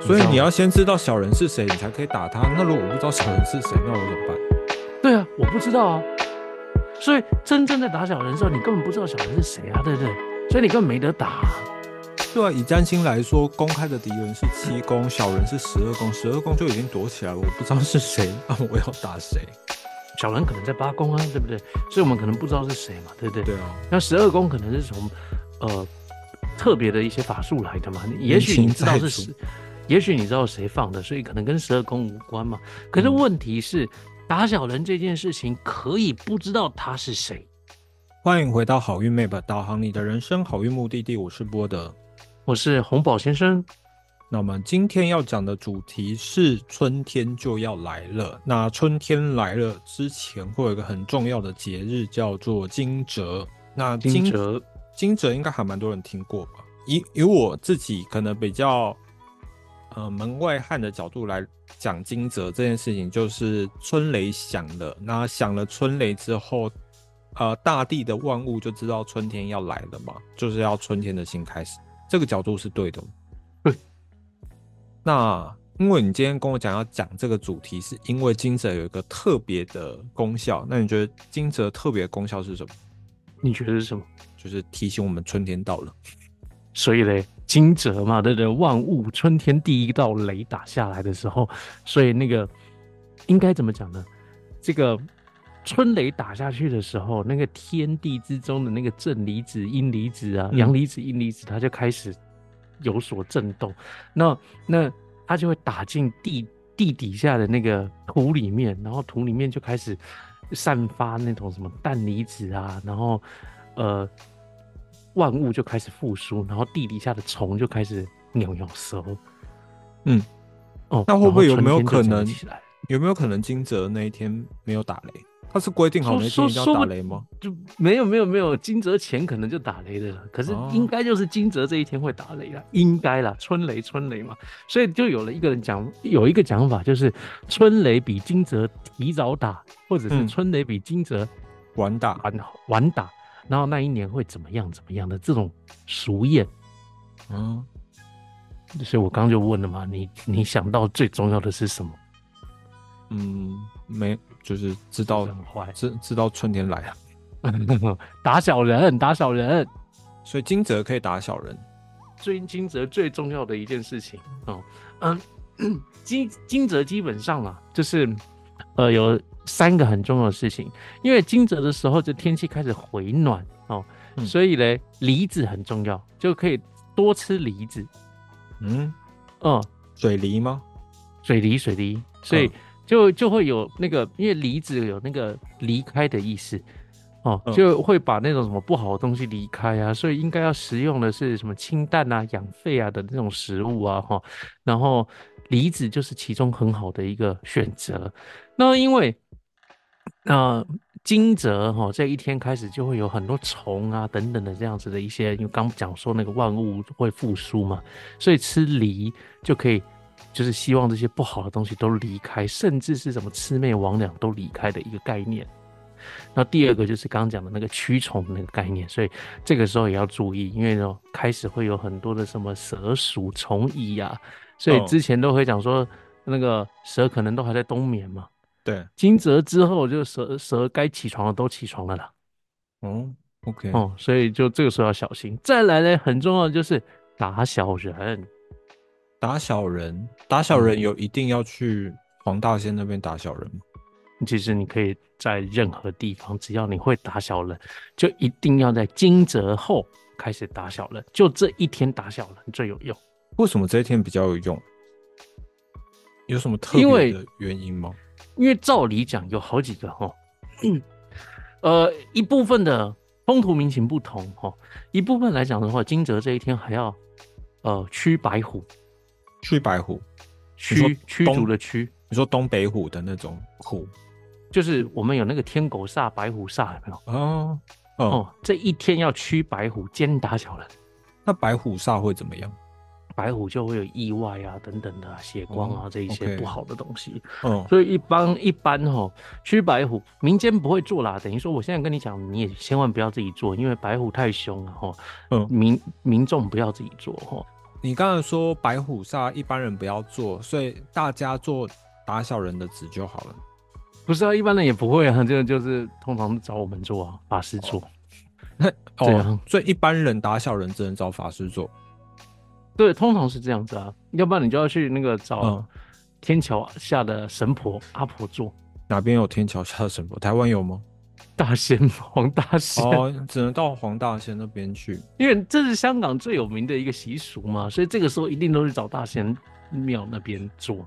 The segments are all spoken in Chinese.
所以你要先知道小人是谁，你才可以打他。那如果我不知道小人是谁，那我怎么办？对啊，我不知道啊。所以真正在打小人的时候，你根本不知道小人是谁啊，对不对？所以你根本没得打、啊。对啊，以占星来说，公开的敌人是七宫，小人是十二宫，十二宫就已经躲起来了，我不知道是谁，那、我要打谁？小人可能在八宫啊，对不对？所以我们可能不知道是谁嘛，对不对？对啊，那十二宫可能是从呃特别的一些法术来的嘛，也许情你知道在是主谁，也许你知道谁放的，所以可能跟十二宫无关嘛。可是嗯问题是，打小人这件事情可以不知道他是谁。欢迎回到好运 Map，导航你的人生好运目的地，我是波德。我是红宝先生，那么今天要讲的主题是春天就要来了。那春天来了之前，会有一个很重要的节日叫做惊蛰。那惊蛰，惊蛰应该还蛮多人听过吧？以以我自己可能比较呃门外汉的角度来讲，惊蛰这件事情就是春雷响了，那响了春雷之后，呃，大地的万物就知道春天要来了嘛，就是要春天的新开始，这个角度是对的吗。对那因为你今天跟我讲要讲这个主题，是因为惊蛰有一个特别的功效，那你觉得惊蛰特别的功效是什么？你觉得是什么？就是提醒我们春天到了。所以嘞，惊蛰嘛，对不对？万物春天第一道雷打下来的时候，所以那个应该怎么讲呢？这个春雷打下去的时候，那个天地之中的那个正离子、阴离子啊、嗯阳离子、阴离子，它就开始有所震动。那那它就会打进地地底下的那个土里面，然后土里面就开始散发那种什么氮离子啊，然后呃万物就开始复苏，然后地底下的虫就开始扭扭舌。嗯，哦，那会不会有然没后有可春天就整个能起来？有没有可能惊蛰那一天没有打雷？他是规定好那天说一定说要说打不雷吗？？就没有没有没有，惊蛰前可能就打雷的了，可是哦应该就是惊蛰这一天会打雷了，应该啦，春雷春雷嘛，所以就有了一个人讲，有一个讲法就是春雷比惊蛰提早打，或者是嗯春雷比惊蛰晚打晚晚打，然后那一年会怎么样怎么样的这种俗谚。啊嗯，所以我刚刚就问了嘛，你你想到最重要的是什么？嗯，没，就是知道很坏， 知知道春天来啊了，打小人，打小人。所以惊蛰可以打小人。追惊蛰最重要的一件事情哦，嗯， 惊惊蛰基本上啊，就是呃有三个很重要的事情，因为惊蛰的时候，就天气开始回暖哦，嗯所以嘞，梨子很重要，就可以多吃梨子，嗯，嗯，水梨吗？水梨水梨，所以嗯就就会有那个，因为梨子有那个离开的意思。哦，嗯就会把那种什么不好的东西离开啊，所以应该要食用的是什么清淡啊、养肺啊的那种食物啊，哈、然后梨子就是其中很好的一个选择。那因为，呃，惊蛰哈这一天开始就会有很多虫啊等等的这样子的一些，因为刚讲说那个万物会复苏嘛，所以吃梨就可以。就是希望这些不好的东西都离开，甚至是什么魑魅魍魉都离开的一个概念。那第二个就是刚刚讲的那个驱虫的那个概念，所以这个时候也要注意，因为呢开始会有很多的什么蛇鼠虫蚁呀、所以哦之前都会讲说那个蛇可能都还在冬眠嘛，对，惊蛰之后就蛇蛇该起床的都起床了啦，嗯，OK，哦、所以就这个时候要小心。再来呢，很重要的就是打小人，打小人，打小嗯人有一定要去黄大仙那边打小人吗？其实你可以在任何地方，只要你会打小人，就一定要在惊蛰后开始打小人，就这一天打小人最有用。为什么这一天比较有用？有什么特因别为的原因吗？因为照理讲有好几个哈，嗯呃，一部分的风土民情不同哈，一部分来讲的话，惊蛰这一天还要呃驱白虎，驱白虎，你说驱驱东逐的驱，你说东北虎的那种虎就是我们有那个天狗煞、白虎煞，有没有？哦，哦，哦，这一天要驱白虎，兼打小人，那白虎煞会怎么样？白虎就会有意外啊等等的啊血光啊、哦这一些 OK 不好的东西。嗯，所以一般一般吼，驱白虎民间不会做啦。等于说，我现在跟你讲，你也啊千万不要自己做，因为白虎太凶了吼。嗯民民众不要自己做吼。你刚才说白虎煞一般人不要做，所以大家做打小人的纸就好了。不是啊，一般人也不会啊，这个就是通常找我们做啊，法师做。这哦样，所以一般人打小人只能找法师做。对，通常是这样子啊，要不然你就要去那个找嗯天桥下的神婆阿婆做哪边有天桥下的神婆？台湾有吗？ 大仙王大仙，哦，只能到黄大仙那边去。因为这是香港最有名的一个习俗嘛，所以这个时候一定都是找大仙庙那边做。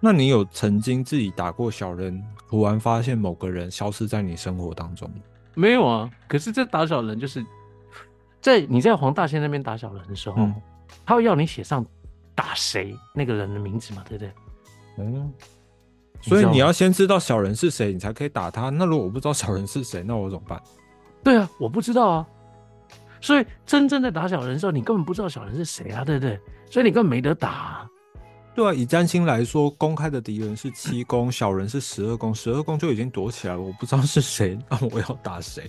那你有曾经自己打过小人，突然发现某个人消失在你生活当中吗？没有啊，可是这打小人就是在你在黄大仙那边打小人的时候，嗯他会要你写上打谁那个人的名字嘛，对不对？嗯，知所道以你吗要先知道小人是谁，你才可以打他。那如果我不知道小人是谁，那我怎么办？对啊，我不知道啊。所以真正在打小人的时候，你根本不知道小人是谁啊，对不对？所以你根本没得打、啊。对啊，以占星来说，公开的敌人是七宫，小人是十二宫，十二宫就已经躲起来了，我不知道是谁，那我要打谁？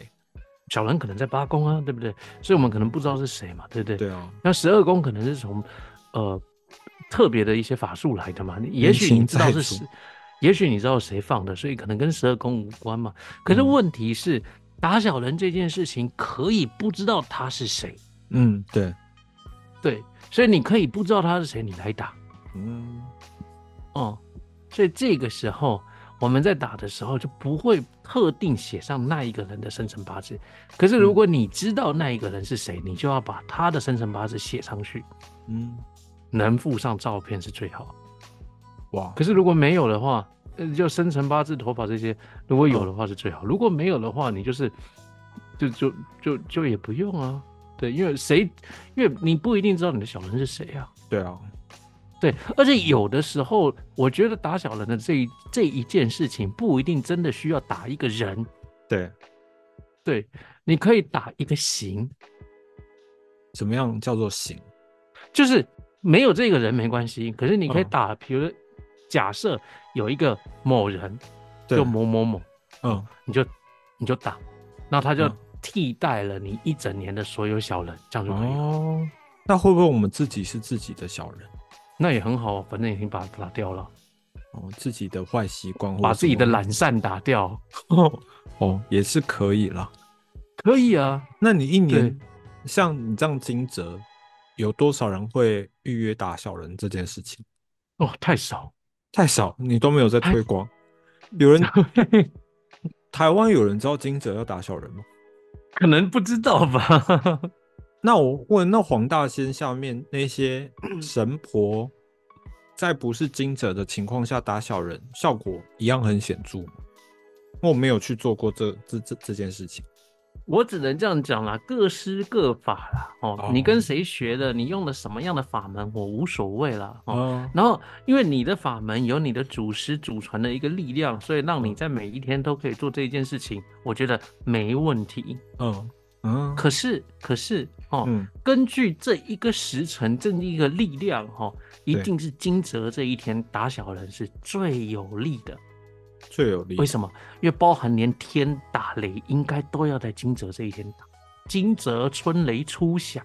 小人可能在八宫啊，对不对？所以我们可能不知道是谁嘛，对不对？对啊，那十二宫可能是从呃特别的一些法术来的嘛，也许你情知道在是主谁，也许你知道谁放的，所以可能跟十二宫无关嘛。可是嗯问题是，打小人这件事情可以不知道他是谁，嗯，对，对，所以你可以不知道他是谁，你来打嗯，哦、所以这个时候我们在打的时候就不会特定写上那一个人的生辰八字。可是嗯如果你知道那一个人是谁，你就要把他的生辰八字写上去，嗯，能附上照片是最好。哇，可是如果没有的话，呃，就生辰八字、头发这些，如果有的话是最好。如果没有的话，你就是就就就就也不用啊。对，因为谁，因为你不一定知道你的小人是谁啊。对啊，对，而且有的时候，我觉得打小人的这一这一件事情，不一定真的需要打一个人，对，对，你可以打一个形，怎么样叫做行？就是没有这个人没关系，可是你可以嗯打，比如假设有一个某人，对就，某某某，嗯，你就你就打，那他就嗯替代了你一整年的所有小人，这样就可以了。哦，那会不会我们自己是自己的小人？那也很好，哦反正已经把它打掉了，哦，自己的坏习惯，把自己的，懒散打掉， 哦，也是可以啦。可以啊。那你一年对，像你这样惊蛰，有多少人会预约打小人这件事情？哦，太少，太少，你都没有在哎推广。有人 台湾有人知道惊蛰要打小人吗？可能不知道吧？ 那我问，那黄大仙下面那 些神婆，在不是惊蛰的情况下打小人，效果一样很显著吗？我没有去做过这这这这件事情。我只能这样讲啦，各施各法啦。哦，哦你跟谁学的，你用了什么样的法门，我无所谓啦。哦，哦，然后，因为你的法门有你的祖师祖传的一个力量，所以让你在每一天都可以做这件事情，我觉得没问题。嗯嗯可是，可是哦，嗯，根据这一个时辰，这一个力量哦，一对定是惊蛰这一天打小人是最有利的。最有力。为什么？因为包含连天打雷应该都要在惊蛰这一天打。惊蛰春雷初响，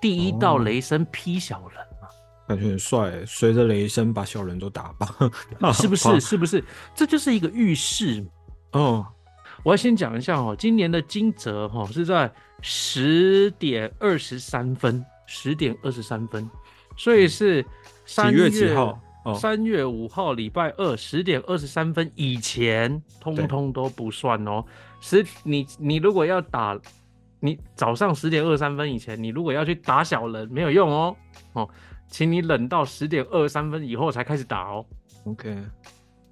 第一道哦雷声劈小人嘛。感觉很帅欸，随着雷声把小人都打爆， 是 不是？是不是？这就是一个预示。嗯，我要先讲一下哦，今年的惊蛰哈是在十点二十三分，十点二十三分，所以是嗯几三月几号？哦，三月五号，礼拜二十点二十三分以前，通对通都不算哦。十，你你如果要打，你早上十点二十三分以前，你如果要去打小人，没有用哦。哦，请你忍到十点二十三分以后才开始打哦。 OK。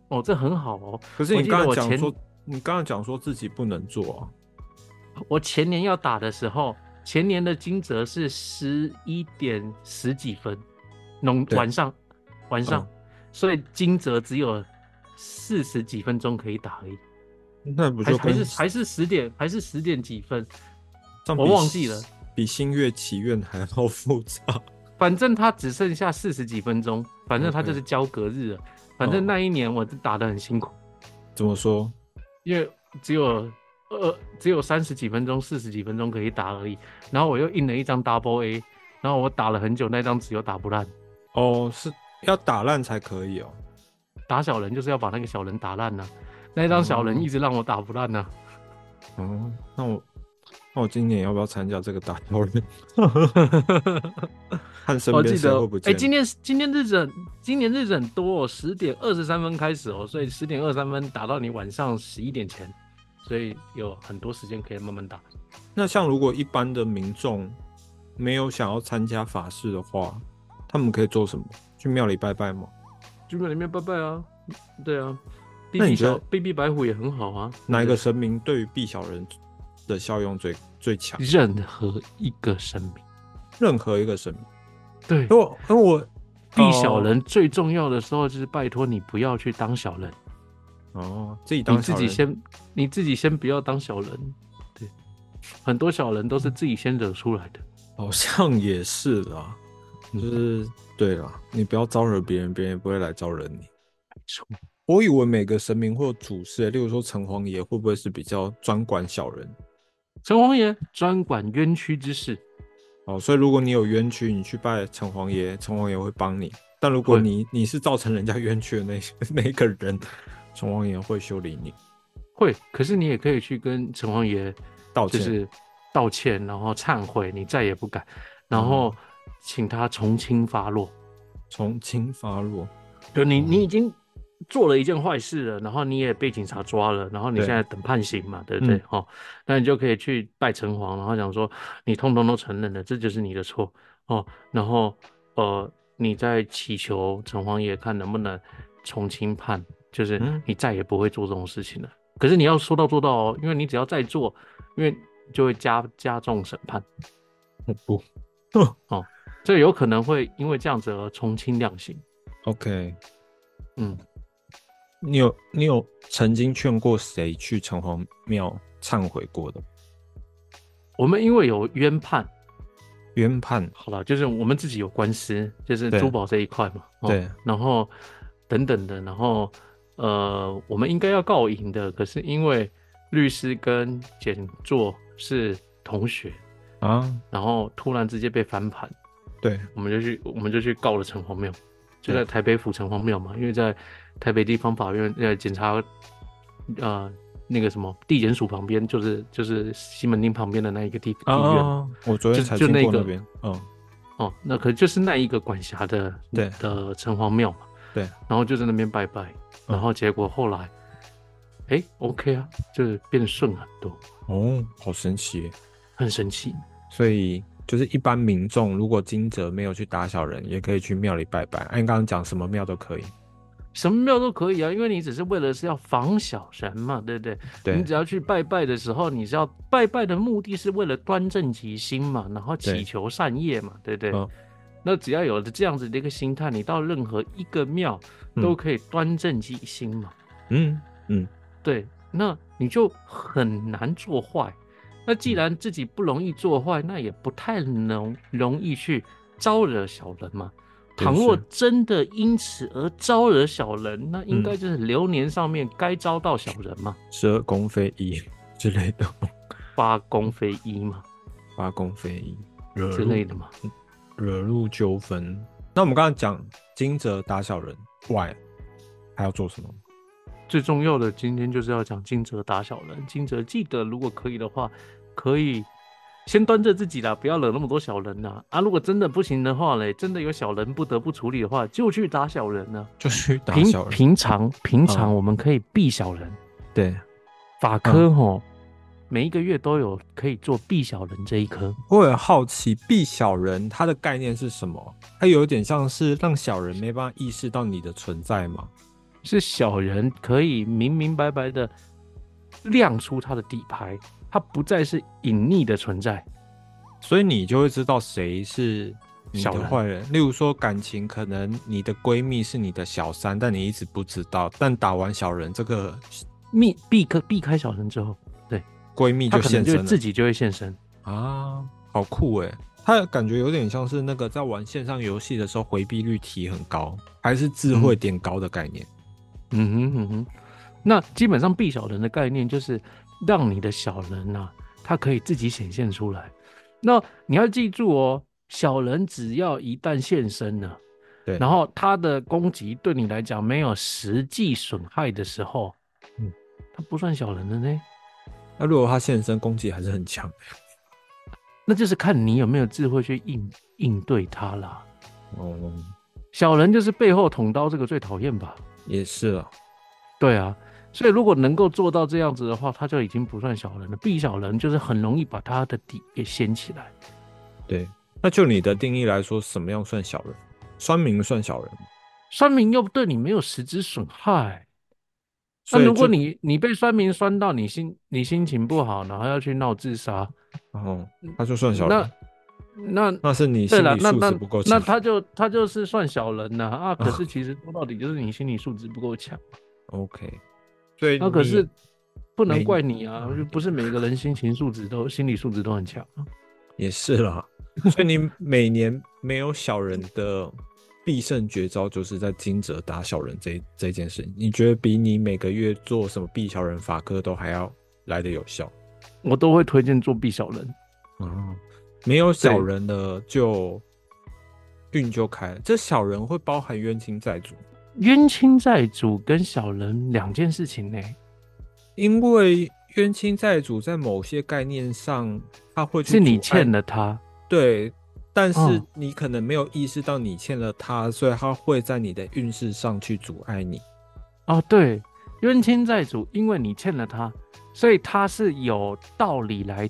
哦，这很好哦。可是我你记得刚我刚讲前说，你刚刚讲说自己不能做啊。我前年要打的时候，前年的惊蛰是十一点十几分，农对晚上晚上，嗯所以惊蛰只有四十几分钟可以打而已，那不还就是还跟是还是十点还是十点几分，这样我比忘记了，比新月祈愿还要复杂。 反正它只剩下四十几分钟，反正它 OK 就是交隔日了。反哦正那一年我打得很辛苦，怎么说？因为只有呃只有三十几分钟、四十几分钟可以打而已，然后我又印了一张 Double A，然后我打了很久，那张纸又打不烂。哦，是要打烂才可以哦。打小人就是要把那个小人打烂呐、那一张小人一直让我打不烂呐、哦，那我那我今年要不要参加这个打 球 人？看身我边记谁得会不，哎、见。今天今天日子很今年日子很多、哦，十点二十三分开始哦，所以十点二十三分打到你晚上十一点前，所以有很多时间可以慢慢打。那像如果一般的民众没有想要参加法事的话，他们可以做什么？去庙里拜拜吗？剧本里面拜拜啊，对啊，避那避你觉小得避避白虎也很好啊。哪一个神明对于避小人的效用最最强？任何一个神明，任何一个神明。对，因为我因为我哦避小人最重要的时候就是拜托你不要去当小人，哦，自己你当自小己人先你自己先不要当小人，对，很多小人都是自己先惹出来的。好像也是啦，嗯就是对啦，你不要招惹别人，别人也不会来招惹你。我以为每个神明或主事，例如说城隍爷，会不会是比较专管小人？城隍爷专管冤屈之事，哦，所以如果你有冤屈，你去拜城隍爷，城隍爷会帮你。但如果会你你是造成人家冤屈的那 那一个人，城隍爷会修理你，会，可是你也可以去跟城隍爷道就歉。是道歉，然后忏悔，你再也不敢，然哦后请他从轻发落。从轻发落，就你你已经做了一件坏事了，然后你也被警察抓了，然后你对现在等判刑嘛，对不对嗯？哦，那你就可以去拜城隍，然后讲说你通通都承认了，这就是你的错哦，然后呃，你再祈求城隍爷看能不能从轻判，就是嗯你再也不会做这种事情了。可是你要说到做到哦，因为你只要再做，因为就会加加重审判，恐怖。这有可能会因为这样子而从轻量刑。 OK，嗯，你有你有曾经劝过谁去城隍庙忏悔过的吗我们因为有冤判。冤判？好了，就是我们自己有官司，就是对珠宝这一块嘛，哦对，然后等等的，然后呃，我们应该要告赢的，可是因为律师跟简作是同学，啊，然后突然之间被翻盘，对，我们就去我们就去告了城隍庙，就对在台北府城隍庙嘛，因为在台北地方法院呃检察呃那个什么地检署旁边，就是就是西门町旁边的那一个地地啊院。啊，我昨天就才就经那过个那边。嗯，哦，那可就是那一个管辖的对的城隍庙嘛，对，然后就在那边拜拜，嗯然后结果后来，哎、o k 啊，就是变顺很多，哦，好神奇耶。很神奇，所以就是一般民众如果惊蛰没有去打小人，也可以去庙里拜拜。按、你刚刚讲什么庙都可以。什么庙都可以啊，因为你只是为了是要防小人嘛，对不对？对你只要去拜拜的时候，你是要拜拜的目的是为了端正其心嘛，然后对祈求善业嘛，对不对？嗯那只要有了这样子的一个心态，你到任何一个庙嗯都可以端正其心嘛。嗯，对，那你就很难做坏。那嗯既然自己不容易做坏，那也不太容容易去招惹小人嘛。也倘若是真的因此而招惹小人，那应嗯该就是流年上面该招到小人嘛，十二宫非一之类的，八宫非一嘛八宫非一，惹之入类的嘛。惹入纠纷。那我们刚刚讲惊蛰打小人外，还要做什么？最重要的，今天就是要讲惊蛰打小人。惊蛰记得，如果可以的话，可以先端着自己啦，不要惹那么多小人啦。啊，如果真的不行的话嘞，真的有小人不得不处理的话，就去打小人呢、就去打平小人。嗯平常平常我们可以避小人，对，嗯法科吼、每一个月都有可以做避小人这一科。我很好奇，避小人它的概念是什么？它有点像是让小人没办法意识到你的存在吗？是小人可以明明白白的亮出他的底牌，他不再是隐匿的存在。所以你就会知道谁是你小的人坏人。例如说感情，可能你的闺蜜是你的小三，但你一直不知道。但打完小人，这个避避开避开小人之后，闺蜜他就可能现身就了自己就会现身。啊，好酷诶、他感觉有点像是那个在玩线上游戏的时候回避率提很高，还是智慧点高的概念。嗯哼嗯哼，那基本上避小人的概念就是让你的小人呐、啊，他可以自己显现出来。那你要记住哦，小人只要一旦现身了，对然后他的攻击对你来讲没有实际损害的时候，嗯，他不算小人了呢。那如果他现身攻击还是很强，欸那就是看你有没有智慧去应应对他啦。哦，小人就是背后捅刀，这个最讨厌吧？也是啊，对啊，所以如果能够做到这样子的话，他就已经不算小人了。避小人就是很容易把他的底给掀起来。对。那就你的定义来说，什么样算小人？酸民算小人吗？酸民又对你没有实质损害，所那以如果就你你被酸民酸到你心你心情不好，然后要去闹自杀，哦，他就算小嗯那人，那那是你对心了，理那素质那不够那强。他就他就是算小人了啊。可是其实说到底就是你心理素质不够强。 OK，所以那可你是不能没怪你啊，就不是每个人心情素质都心理素质都很强啊。也是啦， 所以你每年没有小人的必胜绝招，就是在惊蛰打小人这这件事，你觉得比你每个月做什么避小人法科都还要来的有效？我都会推荐做避小人。哦嗯，没有小人的就运就开了，这小人会包含冤亲债主，冤亲债主跟小人两件事情呢、因为冤亲债主在某些概念上，他会去是你阻碍欠了他，对，但是嗯你可能没有意识到你欠了他，所以他会在你的运势上去阻碍你。哦，对，冤亲债主，因为你欠了他，所以他是有道理来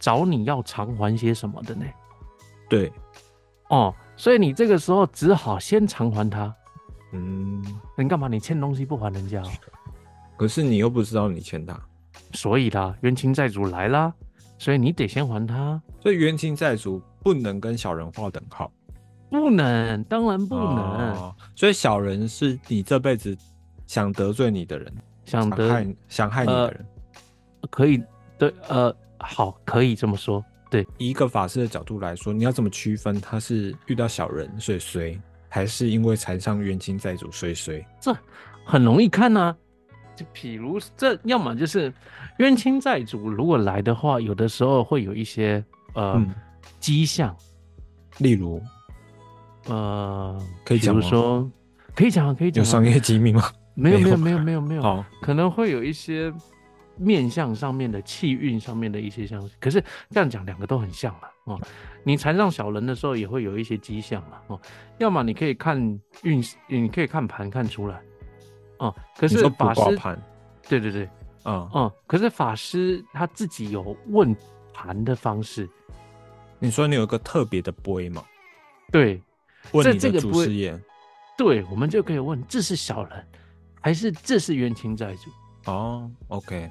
找你要偿还些什么的呢。对，哦，所以你这个时候只好先偿还他。嗯，你干嘛？你欠东西不还人家哦、可是你又不知道你欠他，所以啦，冤亲债主来啦，所以你得先还他。所以冤亲债主不能跟小人划等号，不能，当然不能。哦所以小人是你这辈子想得罪你的人，想想害得呃你想害你的人。可以，对，呃，好，可以这么说。以一个法师的角度来说，你要怎么区分他是遇到小人所以衰，还是因为缠上冤亲债主所以衰？很容易看呐、就比如这，要么就是冤亲债主，如果来的话，有的时候会有一些呃、嗯迹象，例如呃，可以比讲如吗说可以讲啊，可以有讲、商啊。业机密吗？ 没有没没有有没有没有没有，好，可能会有一些面相上面的气运上面的一些像，可是这样讲两个都很像了哦。你缠上小人的时候也会有一些迹象了哦，要么你可以看运，你可以看盘看出来哦。可你是说卜法卦师，盘对对对，啊、嗯，可是法师他自己有问盘的方式，你说你有一个特别的杯吗？对问你这的个祖杯师爷对，我们就可以问这是小人还是这是冤亲债主？哦，OK，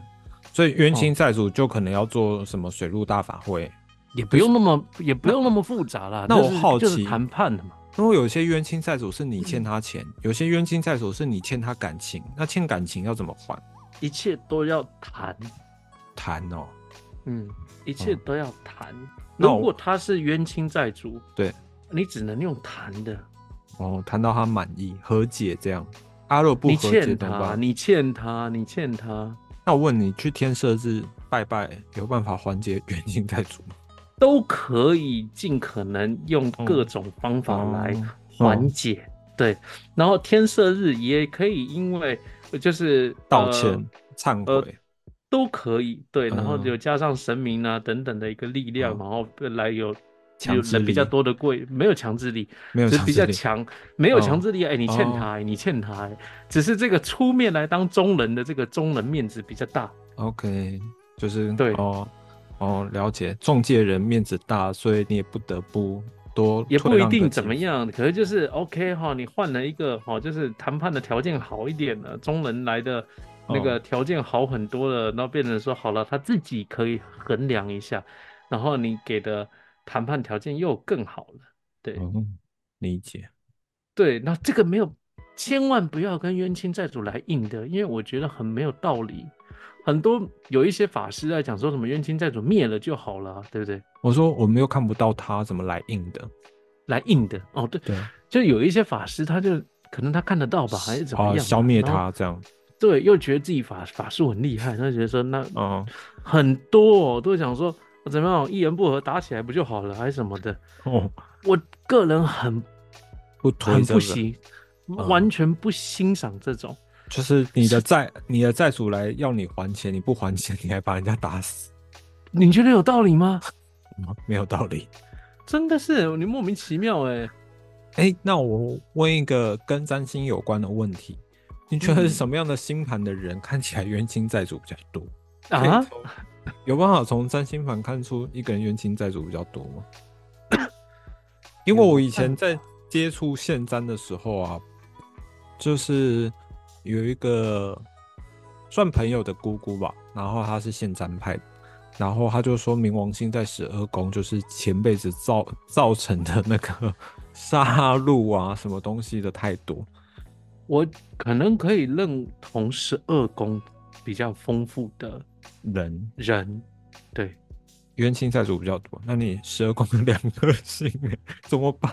所哦以冤亲债主就可能要做什么水陆大法会，也不用那么也不用那么复杂啦。那就我是好就是奇谈判的嘛。因为有些冤亲债主是你欠他钱，有些冤亲债主是你欠他感情，那欠感情要怎么还？一切都要谈，谈哦，嗯，一切都要谈。嗯那如我果他是冤亲债主，对，你只能用谈的。哦，谈到他满意和解这样，阿若不你和解欠怎么他，办？你欠他，你欠他，那我问你，去天赦日拜拜有办法缓解冤亲债主吗？都可以尽可能用各种方法来哦缓解。对，然后天赦日也可以，因为就是道呃歉、忏呃悔，都可以，对，然后嗯有加上神明啊等等的一个力量，嗯然后来有强有制人比力较多的贵，没有强制力，没有只强是制呃力比较强，没有嗯强制力。哎、你欠他、哦哎你欠他、哎只是这个出面来当中人的这个中人面子比较大。 OK，就是对哦哦，了解。中介人面子大，所以你也不得不多也退不一让定自怎己么。样，可能就是 OK 哈，你换了一个哈，就是谈判的条件好一点了，中人来的那哦个条件好很多了，然后变成说好了，他自己可以衡量一下，然后你给的谈判条件又更好了，对、嗯，理解。对，那这个没有，千万不要跟冤亲债主来硬的，因为我觉得很没有道理。很多有一些法师在讲说什么冤亲债主灭了就好了啊，对不对？我说我们又看不到他怎么来硬的，来硬的哦，对，对，就有一些法师，他就可能他看得到吧，还是怎么啊，样、消灭然后。他这样，对，又觉得自己法法术很厉害，他就觉得说那嗯啊很多、哦、都会想说怎么样，一言不合打起来不就好了，还是什么的。 哦，我个人很不推很这不个喜，嗯完全不欣赏这种。就是你的债， 你的债主来要你还钱，你不还钱，你还把人家打死，嗯你觉得有道理吗？没有道理。 真的是你莫名其妙哎、哎，那我问一个跟占星有关的问题，你觉得嗯什么样的星盘的人看起来冤亲债主比较多？可以 啊，从？有办法从占星盘看出一个人冤亲债主比较多吗？ 因为我以前在接触现占的时候啊，就是有一个算朋友的姑姑吧，然后她是现占派的，然后她就说冥王星在十二宫，就是前辈子造造成的那个 杀戮啊，什么东西的太多。我可能可以认同十二宫比较丰富的人人，对，冤亲债主比较多，那你十二宫有两颗星怎么办？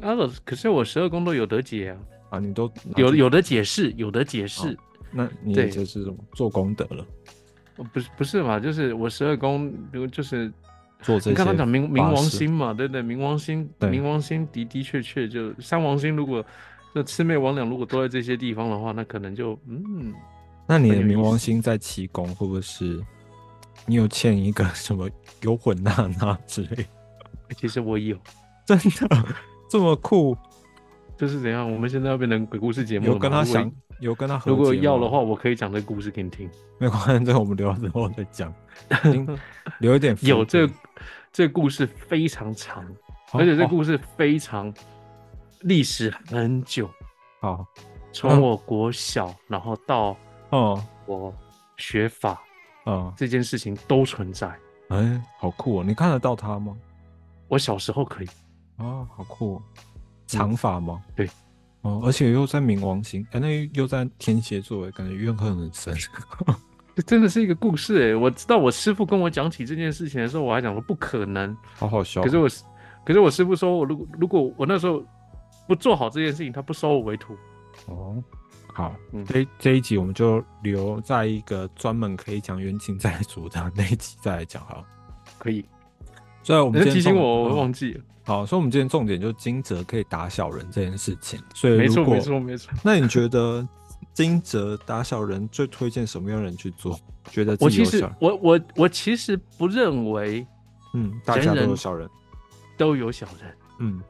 啊，老师可是我十二宫都有得解啊，啊，你都拿有去，有的解释，有的解释，那你对就是什么做功德了，呃不是不是嘛，就是我十二宫，比如就是做这些。你刚刚讲冥冥法王事星嘛，对不对？冥王星，对冥王星的的确确就三王星，如果那魑魅魍魉如果都在这些地方的话，那可能就嗯，那你的很有意冥王思星在七宫，会不会是你有欠一个什么有混娜娜之类？其实我有，真的这么酷？就是怎样？我们现在要变成鬼故事节目了有嘛跟他如果想，有跟他和如果解要吗的话，，我可以讲这个故事给你听。没关系，这个我们留到之后再讲，已经留一点哦伏有笔这个，这个故事非常长，好而且这好故事非常历史很久，好从嗯我国小然后到哦我学法哦，这件事情都存在。哎，好酷哦！你看得到他吗？我小时候可以，哦，好酷、哦，长发吗？嗯对，哦，而且又在冥王星，哎，那又在天蝎座，感觉怨恨很深。这真的是一个故事哎、我知道我师傅跟我讲起这件事情的时候，我还想说不可能，好好笑。可是我师，可是我师傅说，我如果如果我那时候不做好这件事情，他不收我为徒。哦，好，嗯这这一集我们就留在一个专门可以讲冤亲债主的那一集再来讲好了。可以，所以我你们在今提天醒重我，我嗯忘记了。好，所以我们今天重点就是惊蛰可以打小人这件事情。所以没如错，果没错，没错。那你觉得惊蛰打小人最推荐什么样的人去做？觉得我自己其有实小人，我我我其实不认为嗯，大人家都人有小人，都有小人，嗯，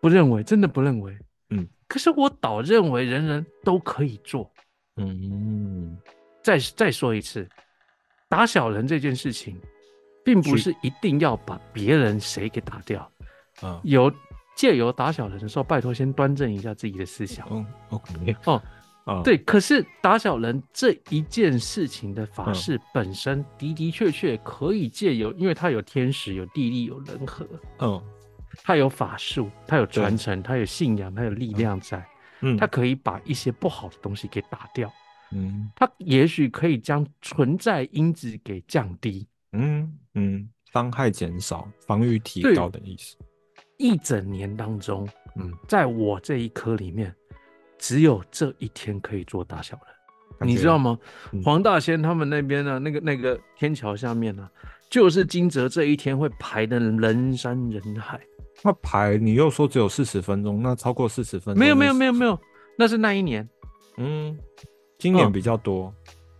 不认为，真的不认为。嗯，可是我倒认为人人都可以做。嗯，再再说一次，打小人这件事情，并不是是一定要把别人谁给打掉，啊，有借由打小人的时候，拜托先端正一下自己的思想。嗯，OK，哦，啊，，对，可是打小人这一件事情的法嗯事本身的的确确可以借由，因为它有天时、有地利、有人和，嗯它有法术，它有传承，它有信仰，它有力量在，嗯，它可以把一些不好的东西给打掉，嗯它也许可以将存在因子给降低。嗯嗯，伤害减少，防御提对高的意思。一整年当中，嗯，在我这一科里面，只有这一天可以做打小人。感你觉知道吗？嗯黄大仙他们那边啊呢、那个那个天桥下面呢、就是惊蛰这一天会排的人山人海。那排你又说只有四十分钟，那超过四十分钟没有没有没有，有没有，那是那一年，嗯，今年嗯比较多，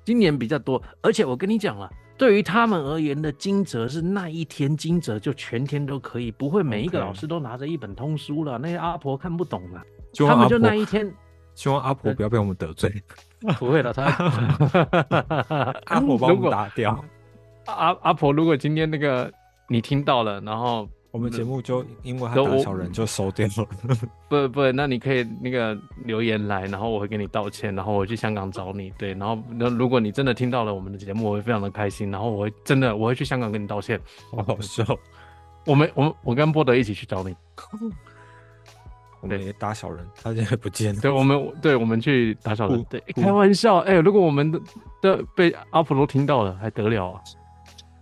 今年比较多。而且我跟你讲了，对于他们而言的惊蛰是那一天惊蛰就全天都可以，不会每一个 OK 老师都拿着一本通书了，那些阿婆看不懂了，希他望们阿就婆那一嗯天希望阿婆不要被我们得罪， 不会了，他 阿婆把我们如果打 掉，阿阿婆，如果今天那个你听到了，然后我们节目就因为他都打我小人就收掉了。不不，那你可以那个留言来，然后我会给你道歉，然后我去香港找你，对，然后那如果你真的听到了我们的节目，我会非常的开心，然后我会真的我会去香港跟你道歉，好好 笑，我们我们我跟波德一起去找你，我们也打小人，他现在不见了。对，我们对我们去打小人不，对，不开玩笑，哎、如果我们的的被阿婆罗听到了，还得了啊，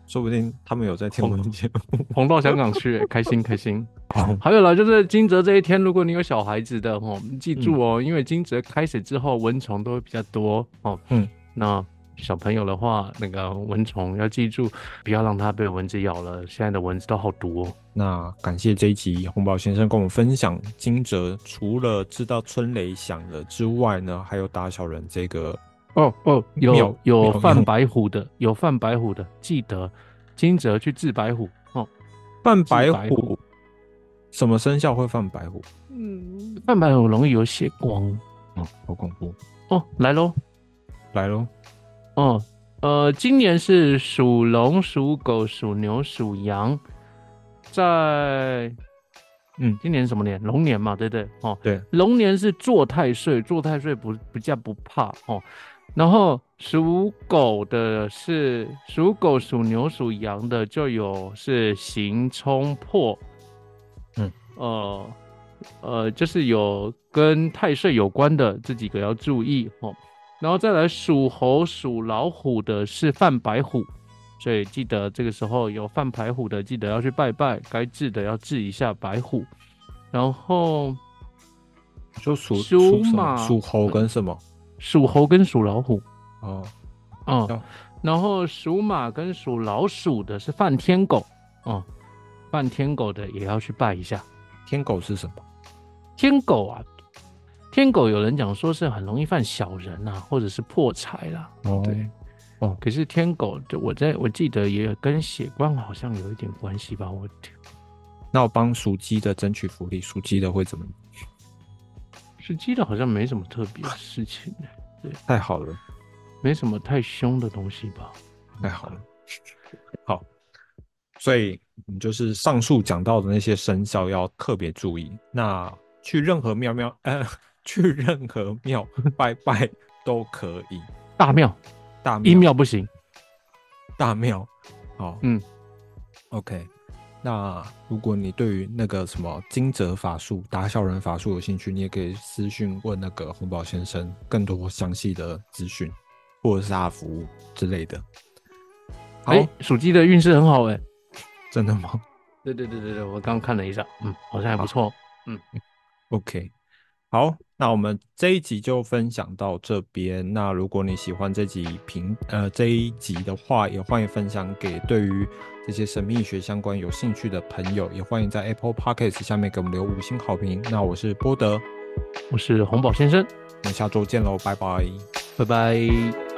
说不定他们有在听我们节目。红到香港去，开心开心。 好还有啦，就是惊蛰这一天，如果你有小孩子嗯的哦，记住哦，因为惊蛰开始之后，蚊虫都会比较多哦。嗯，那小朋友的话，那个蚊虫要记住，不要让它被蚊子咬了。现在的蚊子都好毒哦。那感谢这一集红宝先生跟我们分享惊蛰，除了知道春雷响了之外呢，还有打小人这个哦哦，有有有有犯有白虎的，有犯白虎的，记得惊蛰去治白虎哦。犯白白虎虎。什么生肖会犯白虎？嗯，犯白虎容易有血光哦，好恐怖！哦。来喽，来喽，哦，呃，今年是属龙、属狗、属牛、属羊，在嗯今年是什么年？龙年嘛，对不对？哦，对，龙年是坐太岁，坐太岁不比较不怕哦。然后属狗的是属狗、属牛、属羊的就有是行冲破，嗯，呃呃，就是有跟太岁有关的这几个要注意哦。然后再来属猴、属老虎的是犯白虎，所以记得这个时候有犯白虎的，记得要去拜拜，该治的要治一下白虎。然后就属属属什马嗯么？属猴跟什么？属猴跟属老虎，哦，嗯哦，然后属马跟属老鼠的是犯天狗，哦、犯天狗的也要去拜一下。天狗是什么？天狗啊，天狗有人讲说是很容易犯小人啊，或者是破财啦、哦对，哦可是天狗，就我在我记得也跟血光好像有一点关系吧。我那我帮属鸡的争取福利，属鸡的会怎么样？是记得好像没什么特别的事情， 太好了，没什么太凶的东西吧。太好了，好。所以你就是上述讲到的那些生肖要特别注意。那去任何庙 庙，呃，去任何庙拜拜都可以，大庙大庙阴庙不行，大庙，好，嗯，OK。那如果你对于那个什么惊蛰法术、打小人法术有兴趣，你也可以私讯问那个红宝先生更多详细的资讯，或者是他的服务之类的。好，哎，属鸡的运势很好哎、真的吗对对对对对，我刚看了一下，嗯，好像还不错。 ？OK，好，那我们这一集就分享到这边。那如果你喜欢这集评呃这一集的话，也欢迎分享给对于这些神秘学相关有兴趣的朋友，也欢迎在 Apple Podcast 下面给我们留五星好评。那我是波德，我是红宝先生，我们下周见喽，拜拜。拜拜。